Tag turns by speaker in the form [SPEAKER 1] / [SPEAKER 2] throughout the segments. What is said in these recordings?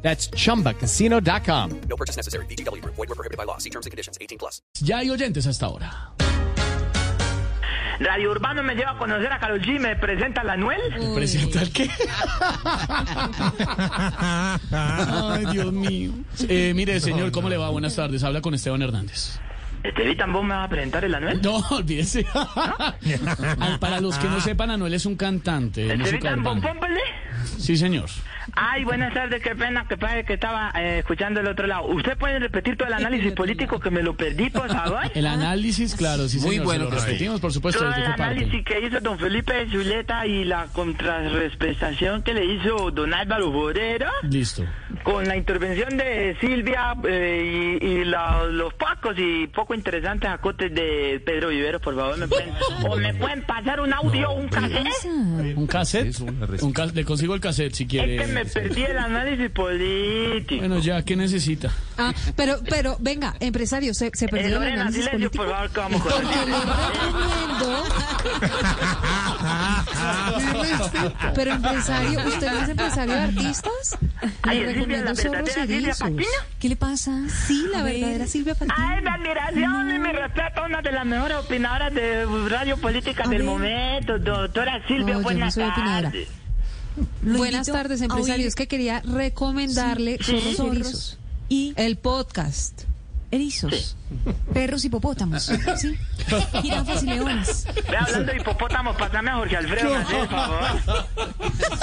[SPEAKER 1] That's chumbacasino.com.
[SPEAKER 2] No purchase necessary. BGW. Void were prohibited by law. See terms and conditions. 18 plus.
[SPEAKER 3] Ya hay oyentes hasta ahora.
[SPEAKER 4] Radio Urbano me lleva a conocer a Carol G. Me presenta a la Anuel.
[SPEAKER 3] ¿Presenta el qué? Ay, Dios mío. Eh, mire, señor, ¿cómo le va? Buenas tardes. Habla con Esteban Hernández.
[SPEAKER 4] Estevita, ¿vos me vas a presentar el Anuel?
[SPEAKER 3] No, olvídese. Ah, Para los que no sepan, Anuel es un cantante. música
[SPEAKER 4] Estevita, ¿vos
[SPEAKER 3] urbana.
[SPEAKER 4] pómpele?
[SPEAKER 3] Sí, señor.
[SPEAKER 4] Ay, buenas tardes, qué pena, qué padre que estaba eh, escuchando el otro lado. ¿Usted puede repetir todo el análisis político que me lo perdí, por favor?
[SPEAKER 3] El análisis, Ah. claro, sí,
[SPEAKER 5] Muy
[SPEAKER 3] señor.
[SPEAKER 5] bueno,
[SPEAKER 3] se lo
[SPEAKER 5] sí.
[SPEAKER 3] repetimos, por supuesto,
[SPEAKER 4] Todo
[SPEAKER 3] desde
[SPEAKER 4] el
[SPEAKER 3] su parte.
[SPEAKER 4] análisis que hizo don Felipe Zuleta y la contrarrepresentación que le hizo don Álvaro Borero
[SPEAKER 3] Listo.
[SPEAKER 4] con la intervención de Silvia eh, y, y la- los pocos y poco interesantes acotes de Pedro Viveros, por favor, ¿me pueden, o me pueden pasar un audio, un cassette?
[SPEAKER 3] ¿Un cassette? Un cas- le consigo el cassette si
[SPEAKER 4] Es que me
[SPEAKER 3] quiere.
[SPEAKER 4] perdí el análisis político.
[SPEAKER 3] Bueno, ya, ¿qué necesita?
[SPEAKER 6] Ah, pero, pero, venga, empresario, se, se
[SPEAKER 4] Eh,
[SPEAKER 6] perdió el
[SPEAKER 4] Lorena,
[SPEAKER 6] pues análisis
[SPEAKER 4] silencio,
[SPEAKER 6] político.
[SPEAKER 4] por favor, que vamos con
[SPEAKER 6] Porque le recomiendo, pero empresario, ¿usted no es empresario de artistas?
[SPEAKER 4] Ay,
[SPEAKER 6] Le
[SPEAKER 4] Silvia, la
[SPEAKER 6] recomiendo zorros
[SPEAKER 4] verdadera
[SPEAKER 6] y
[SPEAKER 4] Silvia
[SPEAKER 6] rizos.
[SPEAKER 4] Patiño.
[SPEAKER 6] ¿Qué le pasa? Sí, la verdadera Silvia
[SPEAKER 4] Ay, mi
[SPEAKER 6] Patiño.
[SPEAKER 4] admiración y mi respeto a una de las mejores opinadoras de radio política
[SPEAKER 6] A
[SPEAKER 4] del
[SPEAKER 6] ver.
[SPEAKER 4] momento, doctora Silvia,
[SPEAKER 6] No, yo no
[SPEAKER 4] buenas
[SPEAKER 6] soy opinadora.
[SPEAKER 4] tardes.
[SPEAKER 6] Buenas tardes, empresario. Es que quería recomendarle zorros y
[SPEAKER 7] zorros
[SPEAKER 6] erizos.
[SPEAKER 7] y
[SPEAKER 6] El podcast.
[SPEAKER 7] erizos, perros hipopótamos, ¿sí? jirafas y leones.
[SPEAKER 4] Ve hablando de hipopótamos, pasame a Jorge Alfredo, Nasif, por favor.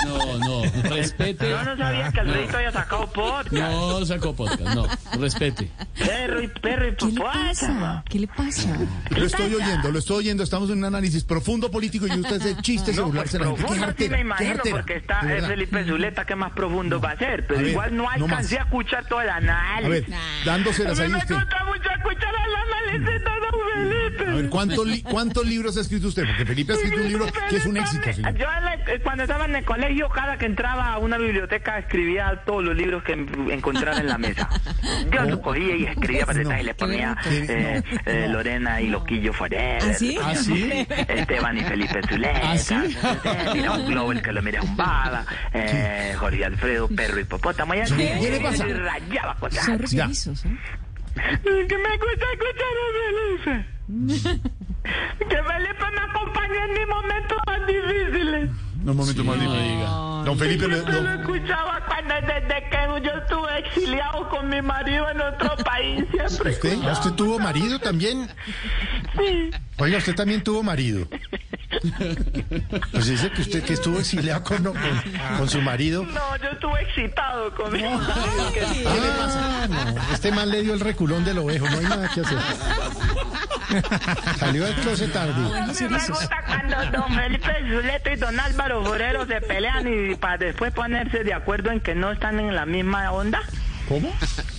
[SPEAKER 3] No, no, respete.
[SPEAKER 4] Yo no sabía que Alfredito había sacado podcast.
[SPEAKER 3] No sacó podcast, no, respete.
[SPEAKER 4] Perro y perro
[SPEAKER 7] ¿Qué le
[SPEAKER 4] hipopótamo.
[SPEAKER 7] pasa? ¿Qué le pasa?
[SPEAKER 5] Lo estoy oyendo, lo estoy oyendo. Estamos en un análisis profundo político y usted hace chistes
[SPEAKER 4] No,
[SPEAKER 5] y
[SPEAKER 4] pues
[SPEAKER 5] burlarse de la gente. Qué
[SPEAKER 4] profundo sí
[SPEAKER 5] jartera,
[SPEAKER 4] me
[SPEAKER 5] qué
[SPEAKER 4] imagino,
[SPEAKER 5] jartera,
[SPEAKER 4] porque está
[SPEAKER 5] de
[SPEAKER 4] eh,
[SPEAKER 5] verdad.
[SPEAKER 4] Felipe Zuleta, que más profundo va a ser,
[SPEAKER 5] A
[SPEAKER 4] pero
[SPEAKER 5] ver,
[SPEAKER 4] igual no
[SPEAKER 5] no
[SPEAKER 4] alcancé a
[SPEAKER 5] más.
[SPEAKER 4] escuchar todo el análisis.
[SPEAKER 5] A ver, dándoselas
[SPEAKER 4] A
[SPEAKER 5] ahí
[SPEAKER 4] mí me
[SPEAKER 5] usted.
[SPEAKER 4] gusta mucho escuchar el análisis de Don Felipe.
[SPEAKER 5] A ver, ¿cuántos, li- ¿cuántos libros ha escrito usted? Porque Felipe ha escrito un libro que es un éxito, señor.
[SPEAKER 4] Yo en la- eh, cuando estaba en el colegio, cada que entraba a una biblioteca, escribía todos los libros que en- encontraba en la mesa. Yo
[SPEAKER 5] Oh.
[SPEAKER 4] los cogía y escribía para detrás y le ponía
[SPEAKER 5] vergüenza.
[SPEAKER 4] eh, eh, Lorena y Loquillo Forever.
[SPEAKER 7] ¿Ah, sí?
[SPEAKER 3] ¿Ah, sí?
[SPEAKER 4] Esteban y Felipe Zuleta.
[SPEAKER 3] ¿Ah, sí?
[SPEAKER 4] eh, Mira un globo, el que lo mira es un baba. eh, Jorge Alfredo, perro hipopótamo. Y así,
[SPEAKER 5] ¿Qué le pasa?
[SPEAKER 4] y rayaba cosas.
[SPEAKER 7] Zorros y
[SPEAKER 5] Ya.
[SPEAKER 7] erizos, ¿eh?
[SPEAKER 4] Que me gusta escuchar a Felipe. que Felipe me acompañe en mis momentos tan difíciles.
[SPEAKER 5] No, un momento más, Felipe. Don Felipe, lo-
[SPEAKER 4] Yo lo
[SPEAKER 5] lo-
[SPEAKER 4] escuchaba cuando desde que yo estuve exiliado con mi marido en otro país siempre.
[SPEAKER 5] ¿usted, ¿Ah, ¿usted tuvo marido también? Oiga, usted también tuvo marido. Pues dice que usted que estuvo exiliado con, con, con su marido.
[SPEAKER 4] No, yo estuve excitado con mi
[SPEAKER 5] ¿Qué le
[SPEAKER 4] Ah.
[SPEAKER 5] pasa? Este man le dio el reculón del ovejo, no hay nada que hacer. Salió del closet tarde.
[SPEAKER 4] A mí me gusta cuando don Felipe Zuleta y don Álvaro Borero se pelean y para después ponerse de acuerdo en que no están en la misma onda.
[SPEAKER 5] ¿Cómo?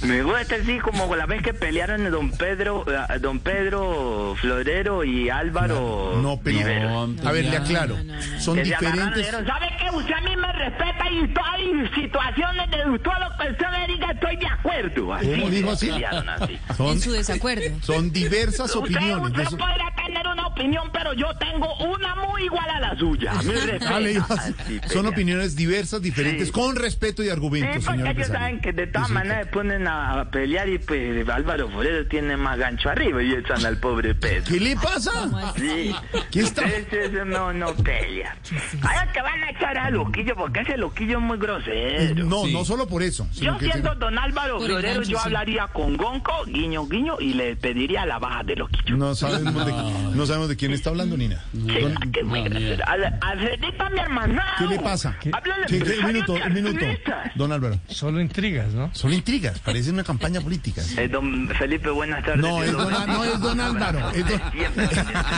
[SPEAKER 4] Me gusta así como la vez que pelearon don Pedro, eh, don Pedro Florero y Álvaro
[SPEAKER 5] No, pero.
[SPEAKER 3] No,
[SPEAKER 5] a ver, le aclaro. Son
[SPEAKER 4] que se agarraron y
[SPEAKER 5] diferentes.
[SPEAKER 4] dijeron, ¿sabe qué? Usted a mí me respeta y en todas las situaciones de todo lo que usted me diga estoy de acuerdo. Así
[SPEAKER 5] ¿Cómo
[SPEAKER 4] se
[SPEAKER 5] dijo así?
[SPEAKER 4] pelearon así.
[SPEAKER 5] Son,
[SPEAKER 7] En su desacuerdo.
[SPEAKER 5] son diversas
[SPEAKER 4] Usted,
[SPEAKER 5] opiniones.
[SPEAKER 4] usted
[SPEAKER 5] de eso-
[SPEAKER 4] podrá tener una opinión, pero yo tengo una muy igual a la suya. Me respeta.
[SPEAKER 5] Ah, le digo así.
[SPEAKER 4] Así
[SPEAKER 5] Son
[SPEAKER 4] pelean.
[SPEAKER 5] opiniones diversas, diferentes,
[SPEAKER 4] Sí.
[SPEAKER 5] con respeto y
[SPEAKER 4] Sí,
[SPEAKER 5] argumentos,
[SPEAKER 4] porque
[SPEAKER 5] señor
[SPEAKER 4] ellos
[SPEAKER 5] empresario.
[SPEAKER 4] saben que de
[SPEAKER 5] Sí,
[SPEAKER 4] todas
[SPEAKER 5] sí.
[SPEAKER 4] maneras se ponen a, a pelear y pues Álvaro Forero tiene más gancho arriba y echan al pobre Pedro.
[SPEAKER 5] ¿Qué le pasa?
[SPEAKER 4] Sí.
[SPEAKER 5] ¿Qué está?
[SPEAKER 4] Ustedes eso no, no pelea. Ahora que van a echar a Loquillo, porque ese Loquillo es muy grosero.
[SPEAKER 5] No, no solo por eso.
[SPEAKER 4] Yo
[SPEAKER 5] sino que-
[SPEAKER 4] siendo don Álvaro
[SPEAKER 7] Puro
[SPEAKER 4] Guerrero,
[SPEAKER 7] gancho,
[SPEAKER 4] yo
[SPEAKER 7] sí.
[SPEAKER 4] hablaría con Gonco, guiño, guiño, y le pediría la baja de los quichos.
[SPEAKER 5] No sabemos, de, no sabemos de quién está hablando, Nina.
[SPEAKER 4] Sí, ah, qué muy grosero. Al- Alfredito, mi hermano.
[SPEAKER 5] ¿Qué le pasa? ¿Qué-
[SPEAKER 4] Háblale,
[SPEAKER 5] qué- qué- un
[SPEAKER 4] empresario
[SPEAKER 5] minuto,
[SPEAKER 4] de
[SPEAKER 5] un minuto.
[SPEAKER 4] artistas.
[SPEAKER 5] Don Álvaro.
[SPEAKER 8] Solo intrigas, ¿no?
[SPEAKER 5] Son intrigas, parece una campaña política.
[SPEAKER 4] Eh, don Felipe, buenas tardes.
[SPEAKER 5] No, es don,
[SPEAKER 4] Álvaro.
[SPEAKER 5] no es don Álvaro. Es don,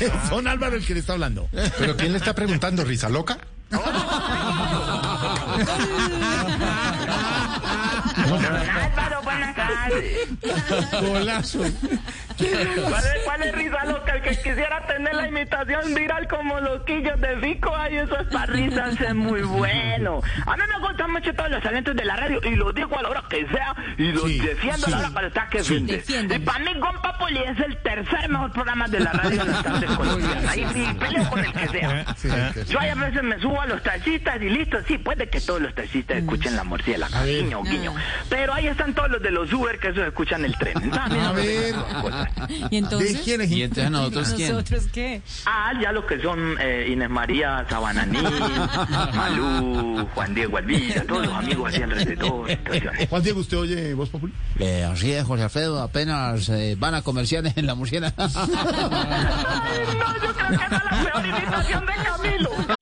[SPEAKER 5] es don Álvaro el que le está hablando. ¿Pero quién le está preguntando? ¿Risa loca?
[SPEAKER 4] Don Álvaro, buenas Ah, sí.
[SPEAKER 3] Golazo.
[SPEAKER 4] ¿Cuál es, cuál es risa loca? El que quisiera tener la imitación viral como loquillos de Vico, ay, eso es para risas, es muy bueno. A mí me gustan mucho todos los talentos de la radio y los digo a la hora que sea y los
[SPEAKER 5] Sí,
[SPEAKER 4] defiendo a la hora para estar que defiende.
[SPEAKER 7] Defiéndelo.
[SPEAKER 4] Y para mí, Gompa Poli es el tercer mejor programa de la radio en las tardes colombianas. Ahí sí, peleo con el que sea.
[SPEAKER 5] Sí, sí, sí.
[SPEAKER 4] Yo ahí a veces me subo a los taxistas y listo, sí, puede que todos los taxistas escuchen la morciélaga,
[SPEAKER 5] A ver.
[SPEAKER 4] guiño, guiño. Pero ahí están todos los de los Uber que esos escuchan el tren. Entonces, a mí
[SPEAKER 5] A
[SPEAKER 4] no me
[SPEAKER 5] ver.
[SPEAKER 4] vengan con cosas.
[SPEAKER 7] Y entonces,
[SPEAKER 5] Dejen
[SPEAKER 8] Y entonces nosotros, ¿quién?
[SPEAKER 7] ¿nosotros qué?
[SPEAKER 4] Ah, ya los que son eh, Inés María Sabananí, Malú, Juan Diego Alvira, todos los amigos así alrededor. entonces,
[SPEAKER 5] Juan Diego, ¿usted oye Voz Populi?
[SPEAKER 8] Eh, así es, Jorge Alfredo, apenas eh, van a comerciales en la murciana.
[SPEAKER 4] Ay, no, yo creo que esa es la peor imitación de Camilo.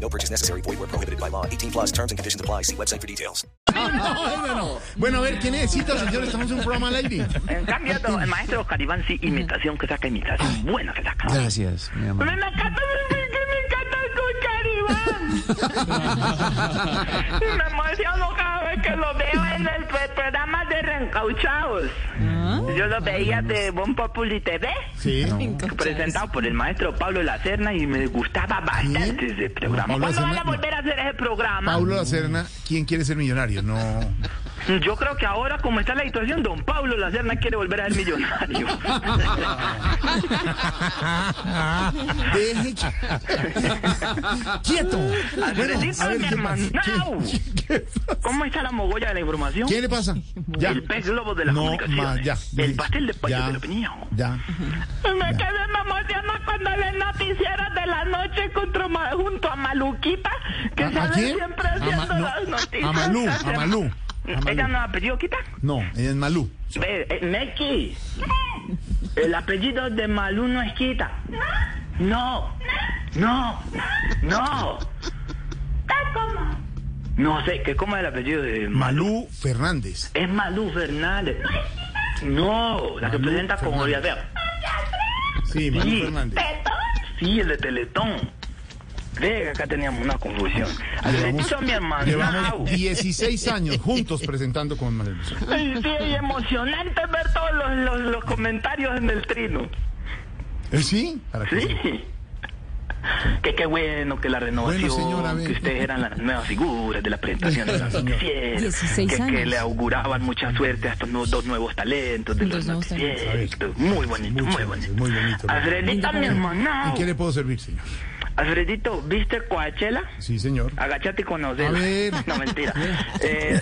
[SPEAKER 9] No purchase necessary. Void where prohibited by law. 18 plus terms and conditions apply. See website for details.
[SPEAKER 5] No, no, no. Bueno, a ver, ¿quién es? Cita, señor, estamos en un programa al aire.
[SPEAKER 4] En cambio, el maestro Caribán sí, imitación que saca, imitación buena que saca.
[SPEAKER 8] Gracias, mi amor.
[SPEAKER 4] Me encanta, me encanta escuchar Iván. Me emociono cada vez que lo veo en el pro- programa de Reencauchados. Yo lo veía de Bon Populi TV,
[SPEAKER 5] Sí.
[SPEAKER 4] presentado por el maestro Pablo Lacerna, y me gustaba bastante ese programa.
[SPEAKER 5] Pablo
[SPEAKER 4] ¿Cuándo van a
[SPEAKER 5] Lacerna-
[SPEAKER 4] volver a hacer ese programa?
[SPEAKER 5] Pablo Lacerna, ¿quién quiere ser millonario? No.
[SPEAKER 4] Yo creo que ahora, como está la situación, don Pablo Lacerna quiere volver a ser millonario.
[SPEAKER 5] Deje. ¡Quieto!
[SPEAKER 4] Andresito Germán, ¡no!
[SPEAKER 5] ¿Qué,
[SPEAKER 4] ¿Cómo está la mogolla de la información?
[SPEAKER 5] ¿Qué le pasa? Ya.
[SPEAKER 4] El pez globo de la
[SPEAKER 5] No,
[SPEAKER 4] comunicación.
[SPEAKER 5] ma, ya.
[SPEAKER 4] El pastel de pollo
[SPEAKER 5] Ya.
[SPEAKER 4] de la opinión.
[SPEAKER 5] Ya.
[SPEAKER 4] Me quedé mamociana cuando ve noticieras de la noche contra Ma- junto a Maluquita, que
[SPEAKER 5] ¿A- a
[SPEAKER 4] sale
[SPEAKER 5] quién?
[SPEAKER 4] siempre
[SPEAKER 5] A Ma-
[SPEAKER 4] haciendo
[SPEAKER 5] no,
[SPEAKER 4] las noticias.
[SPEAKER 5] a Malú,
[SPEAKER 4] Esta
[SPEAKER 5] a Malú,
[SPEAKER 4] semana.
[SPEAKER 5] a Malú.
[SPEAKER 4] ¿Ella no es apellido quita?
[SPEAKER 5] No, ella es Malú.
[SPEAKER 4] Ve, eh, Neki, el apellido de Malú no es quita. No, no, no. No sé, ¿qué cómo es el apellido de Malú?
[SPEAKER 5] Malú Fernández.
[SPEAKER 4] Es Malú Fernández. No, la que presenta con Gloria Feo.
[SPEAKER 5] Sí, Malú
[SPEAKER 4] Sí.
[SPEAKER 5] Fernández.
[SPEAKER 4] Sí, el de Teletón. Ve, acá teníamos una confusión.
[SPEAKER 5] Llevamos-
[SPEAKER 4] Alfredito, mi hermano. Au.
[SPEAKER 5] Llevamos 16 años juntos presentando con Manuel.
[SPEAKER 4] Ay, Sí, y emocionante ver todos los, los, los comentarios en el trino.
[SPEAKER 5] ¿Eh, ¿Sí? ¿Para qué?
[SPEAKER 4] Sí. Que qué bueno que la renovación,
[SPEAKER 5] Bueno, señora, a ver.
[SPEAKER 4] que ustedes eran las nuevas figuras de la presentación de las noticieras,
[SPEAKER 7] 16
[SPEAKER 4] que, que
[SPEAKER 7] años.
[SPEAKER 4] le auguraban mucha suerte a estos nu- dos nuevos talentos de
[SPEAKER 7] Dos
[SPEAKER 4] los
[SPEAKER 7] nuevos talentos.
[SPEAKER 4] noticieros. Muy bonito, muy
[SPEAKER 5] Muchas
[SPEAKER 4] bonito.
[SPEAKER 5] gracias, muy bonito.
[SPEAKER 4] Alfredito, mi hermano.
[SPEAKER 5] ¿En qué le puedo servir, señor?
[SPEAKER 4] Alfredito, ¿viste Coachella?
[SPEAKER 5] Sí, señor.
[SPEAKER 4] Agachate y conocela.
[SPEAKER 5] A ver.
[SPEAKER 4] No, mentira. Eh,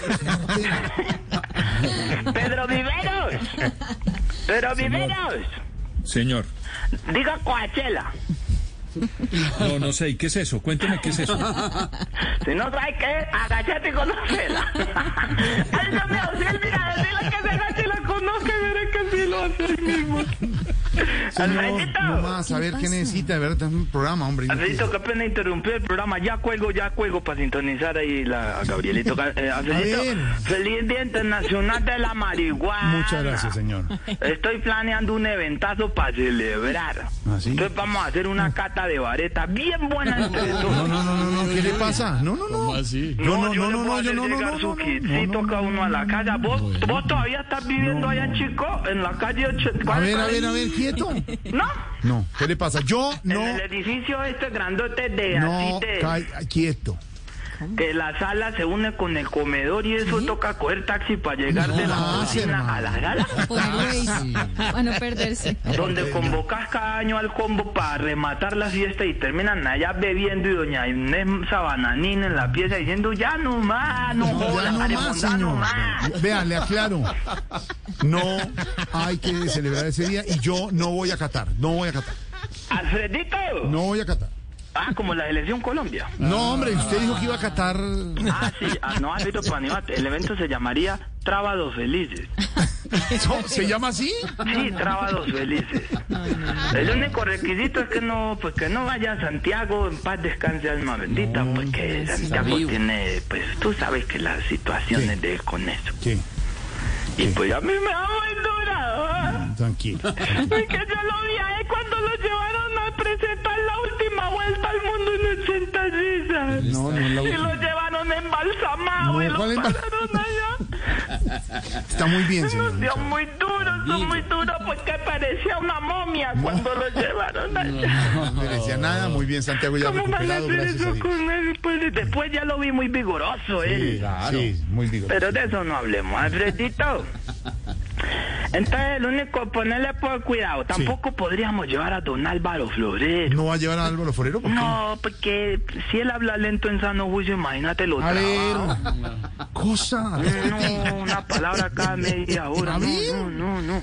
[SPEAKER 4] Pedro Viveros. Pedro Viveros.
[SPEAKER 10] Señor,
[SPEAKER 4] Diga Coachella.
[SPEAKER 10] no, no sé, ¿y qué es eso? Cuénteme qué es eso.
[SPEAKER 4] Si no sabes qué, es, agachate y conocela. Ay, no me auxilia, dile que se agache y la conozca y veré que sí lo hace él mismo.
[SPEAKER 5] Señor,
[SPEAKER 4] Alfredito.
[SPEAKER 5] no más, a ver qué necesita, a ver, dame un programa, hombre. ¿no?
[SPEAKER 4] Alfredito, qué pena interrumpir el programa. Ya cuelgo, ya cuelgo para sintonizar ahí la, a Gabrielito. Eh, Alfredito,
[SPEAKER 5] A ver.
[SPEAKER 4] feliz Día Internacional de la Marihuana.
[SPEAKER 5] Muchas gracias, eh. señor.
[SPEAKER 4] Estoy planeando un eventazo para celebrar.
[SPEAKER 5] ¿Ah, sí?
[SPEAKER 4] Entonces vamos a hacer una cata de vareta bien buena entre todos.
[SPEAKER 5] No, no, no, no, no, ¿qué le pasa? No, no,
[SPEAKER 3] ¿Cómo
[SPEAKER 5] no.
[SPEAKER 3] así?
[SPEAKER 5] No, no,
[SPEAKER 4] yo
[SPEAKER 5] no,
[SPEAKER 4] le
[SPEAKER 5] no,
[SPEAKER 4] puedo
[SPEAKER 5] no, yo
[SPEAKER 4] hacer
[SPEAKER 5] no, no,
[SPEAKER 4] llegar
[SPEAKER 5] no,
[SPEAKER 4] su
[SPEAKER 5] no,
[SPEAKER 4] kitcito
[SPEAKER 5] no, no.
[SPEAKER 4] cada uno a la casa. ¿Vos, vos todavía estás viviendo allá en Chico, en la calle 80.
[SPEAKER 5] A ver, a ver, a ver, quieto.
[SPEAKER 4] ¿No?
[SPEAKER 5] No, ¿qué le pasa? Yo no,
[SPEAKER 4] En el edificio este grandote de
[SPEAKER 5] no,
[SPEAKER 4] así de-
[SPEAKER 5] ca- quieto.
[SPEAKER 4] que la sala se une con el comedor y eso toca coger taxi para llegar de la
[SPEAKER 5] No,
[SPEAKER 4] cocina a la sala.
[SPEAKER 8] Ah,
[SPEAKER 7] Poner Waze para no Pues, perderse.
[SPEAKER 4] Donde convocas cada año al combo para rematar la fiesta y terminan allá bebiendo y doña Inés Sabananín en la pieza diciendo ya no más, no
[SPEAKER 5] Ya
[SPEAKER 4] jodas,
[SPEAKER 5] no
[SPEAKER 4] Aremondá,
[SPEAKER 5] más,
[SPEAKER 4] no
[SPEAKER 5] señor.
[SPEAKER 4] más".
[SPEAKER 5] Vean, le aclaro. No hay que celebrar ese día y yo no voy a Qatar. No voy a Qatar.
[SPEAKER 4] Alfredito,
[SPEAKER 5] No voy a Qatar.
[SPEAKER 4] ah, como la selección Colombia.
[SPEAKER 5] No, hombre, usted dijo que iba a Qatar.
[SPEAKER 4] Ah, sí, ah, no, Alfredito, para animarte, el evento se llamaría Trábados Felices.
[SPEAKER 11] ¿Se llama así?
[SPEAKER 4] Sí, Trábalos Felices. El único requisito es que no, pues que no vaya a Santiago, en paz descanse alma bendita, porque Santiago
[SPEAKER 11] vivo.
[SPEAKER 4] tiene, pues tú sabes que las situaciones de él con eso. Y pues a mí me da buen dorado, ¿ah?
[SPEAKER 5] Tranquilo.
[SPEAKER 4] Porque yo lo vi a él cuando lo llevaron a presentar la última vuelta al mundo en 80 risas.
[SPEAKER 5] No, no, la
[SPEAKER 4] Y
[SPEAKER 5] última.
[SPEAKER 4] lo llevaron embalsamado
[SPEAKER 5] No,
[SPEAKER 4] y lo
[SPEAKER 5] ¿cuál embal-
[SPEAKER 4] pasaron allá.
[SPEAKER 5] Está muy bien, señor.
[SPEAKER 4] Dios, muy duro, son muy duros porque parecía una momia cuando lo llevaron allá.
[SPEAKER 5] No merecía nada, muy bien, Santiago ya
[SPEAKER 4] ¿Cómo van a
[SPEAKER 5] recuperado,
[SPEAKER 4] hacer
[SPEAKER 5] gracias a
[SPEAKER 4] eso
[SPEAKER 5] Dios.
[SPEAKER 4] con él? Pues, después ya lo vi muy vigoroso
[SPEAKER 5] Sí,
[SPEAKER 4] él.
[SPEAKER 5] sí, muy vigoroso.
[SPEAKER 4] Pero de eso no hablemos, Alfredito. Entonces, lo único, ponerle por cuidado. Tampoco podríamos llevar a don Álvaro Florero.
[SPEAKER 5] ¿No va a llevar a Álvaro Forero? ¿Por qué?
[SPEAKER 4] No, porque si él habla lento en sano juicio, imagínate lo
[SPEAKER 5] A ver,
[SPEAKER 4] trabado.
[SPEAKER 5] cosa.
[SPEAKER 4] No, una palabra cada media hora.
[SPEAKER 5] A
[SPEAKER 4] No,
[SPEAKER 5] ver.
[SPEAKER 4] no, no, no.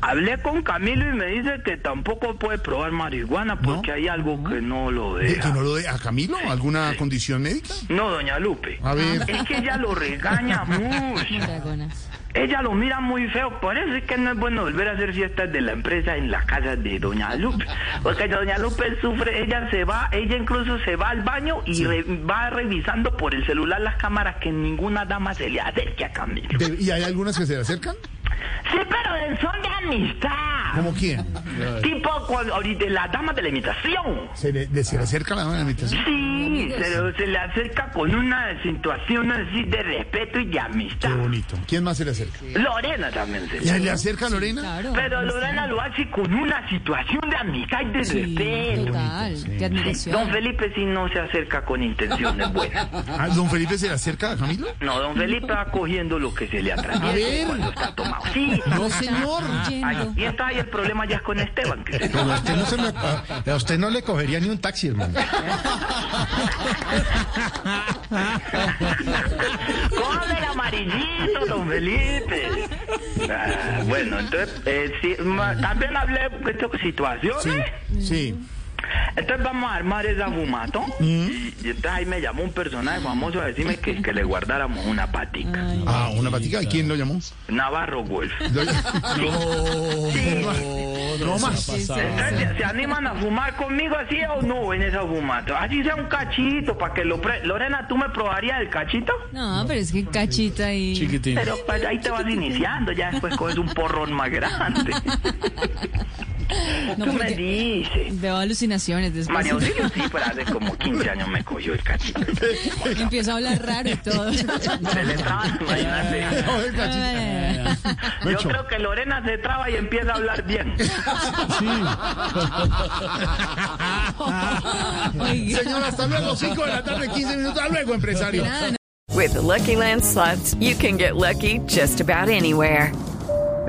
[SPEAKER 4] Hablé con Camilo y me dice que tampoco puede probar marihuana porque hay algo que no lo
[SPEAKER 5] ¿De
[SPEAKER 4] deja.
[SPEAKER 5] que no lo de a Camilo? ¿Alguna condición médica?
[SPEAKER 4] No, doña Lupe.
[SPEAKER 5] A ver.
[SPEAKER 4] Es que ella lo regaña mucho. Ella lo mira muy feo, por eso es que no es bueno volver a hacer fiestas de la empresa en la casa de Doña Lupe. Porque Doña Lupe sufre, ella se va, ella incluso se va al baño y re- va revisando por el celular las cámaras que ninguna dama se le acerque a Camilo.
[SPEAKER 5] De- ¿Y hay algunas que se le acercan?
[SPEAKER 4] Sí, pero en son de amistad.
[SPEAKER 5] ¿Como quién?
[SPEAKER 4] Tipo cuando, ahorita, las damas de la imitación.
[SPEAKER 5] ¿Se le, de- se le acerca la la invitación?
[SPEAKER 4] Sí, se, se le acerca con una situación así de respeto y de amistad.
[SPEAKER 5] Qué bonito. ¿Quién más se le acerca?
[SPEAKER 4] Lorena también se
[SPEAKER 5] ¿Se le acerca a Lorena?
[SPEAKER 4] Pero Lorena lo hace con una situación de amistad y de respeto.
[SPEAKER 7] Total, qué admiración.
[SPEAKER 4] Don Felipe sí no se acerca con intenciones buenas.
[SPEAKER 5] Ah, ¿Don Felipe se le acerca a Camilo?
[SPEAKER 4] No, don Felipe va cogiendo lo que se le
[SPEAKER 5] A
[SPEAKER 4] atraviesa
[SPEAKER 5] ver.
[SPEAKER 4] cuando está tomado. Sí.
[SPEAKER 5] No, señor.
[SPEAKER 4] Ahí, y está ahí el problema ya es con Esteban. que se-
[SPEAKER 5] Pero a usted, no se le, a- a usted no le cogería ni un taxi, hermano.
[SPEAKER 4] Come el amarillito, don Felipe. Ah, bueno, entonces, eh, sí, ma- también hablé de estas situaciones.
[SPEAKER 5] Sí, sí.
[SPEAKER 4] Entonces vamos a armar esa fumato.
[SPEAKER 5] Mm.
[SPEAKER 4] Y entonces ahí me llamó un personaje famoso a decirme que, que le guardáramos una patica.
[SPEAKER 5] Ah, una patica. ¿Y quién lo llamó?
[SPEAKER 4] Navarro Wolf.
[SPEAKER 5] Lo- No, no más.
[SPEAKER 4] Entonces, ¿se, se animan a fumar conmigo así o no en esa fumata? Así sea un cachito, para que lo... pre- Lorena, ¿tú me probarías el cachito?
[SPEAKER 7] No, pero es que cachita ahí.
[SPEAKER 3] Chiquitín.
[SPEAKER 4] Pero pues, ahí te vas iniciando, ya después coges un porrón más grande.
[SPEAKER 7] No,
[SPEAKER 4] Tú me
[SPEAKER 7] porque Pues
[SPEAKER 4] dices.
[SPEAKER 7] veo alucinaciones después.
[SPEAKER 4] María Auxilio sí, pero hace como 15 años me cogió el cachito.
[SPEAKER 7] Empiezo a hablar raro y todo.
[SPEAKER 4] Se le traba, imagínate.
[SPEAKER 5] No, el cachito.
[SPEAKER 4] Yo
[SPEAKER 5] Mecho.
[SPEAKER 4] creo que Lorena se traba y empieza a hablar bien.
[SPEAKER 7] Oiga.
[SPEAKER 5] Señor, hasta luego. 5 de la tarde, 15 minutos. Hasta luego, empresario.
[SPEAKER 12] With the Lucky Land slots, you can get lucky just about anywhere.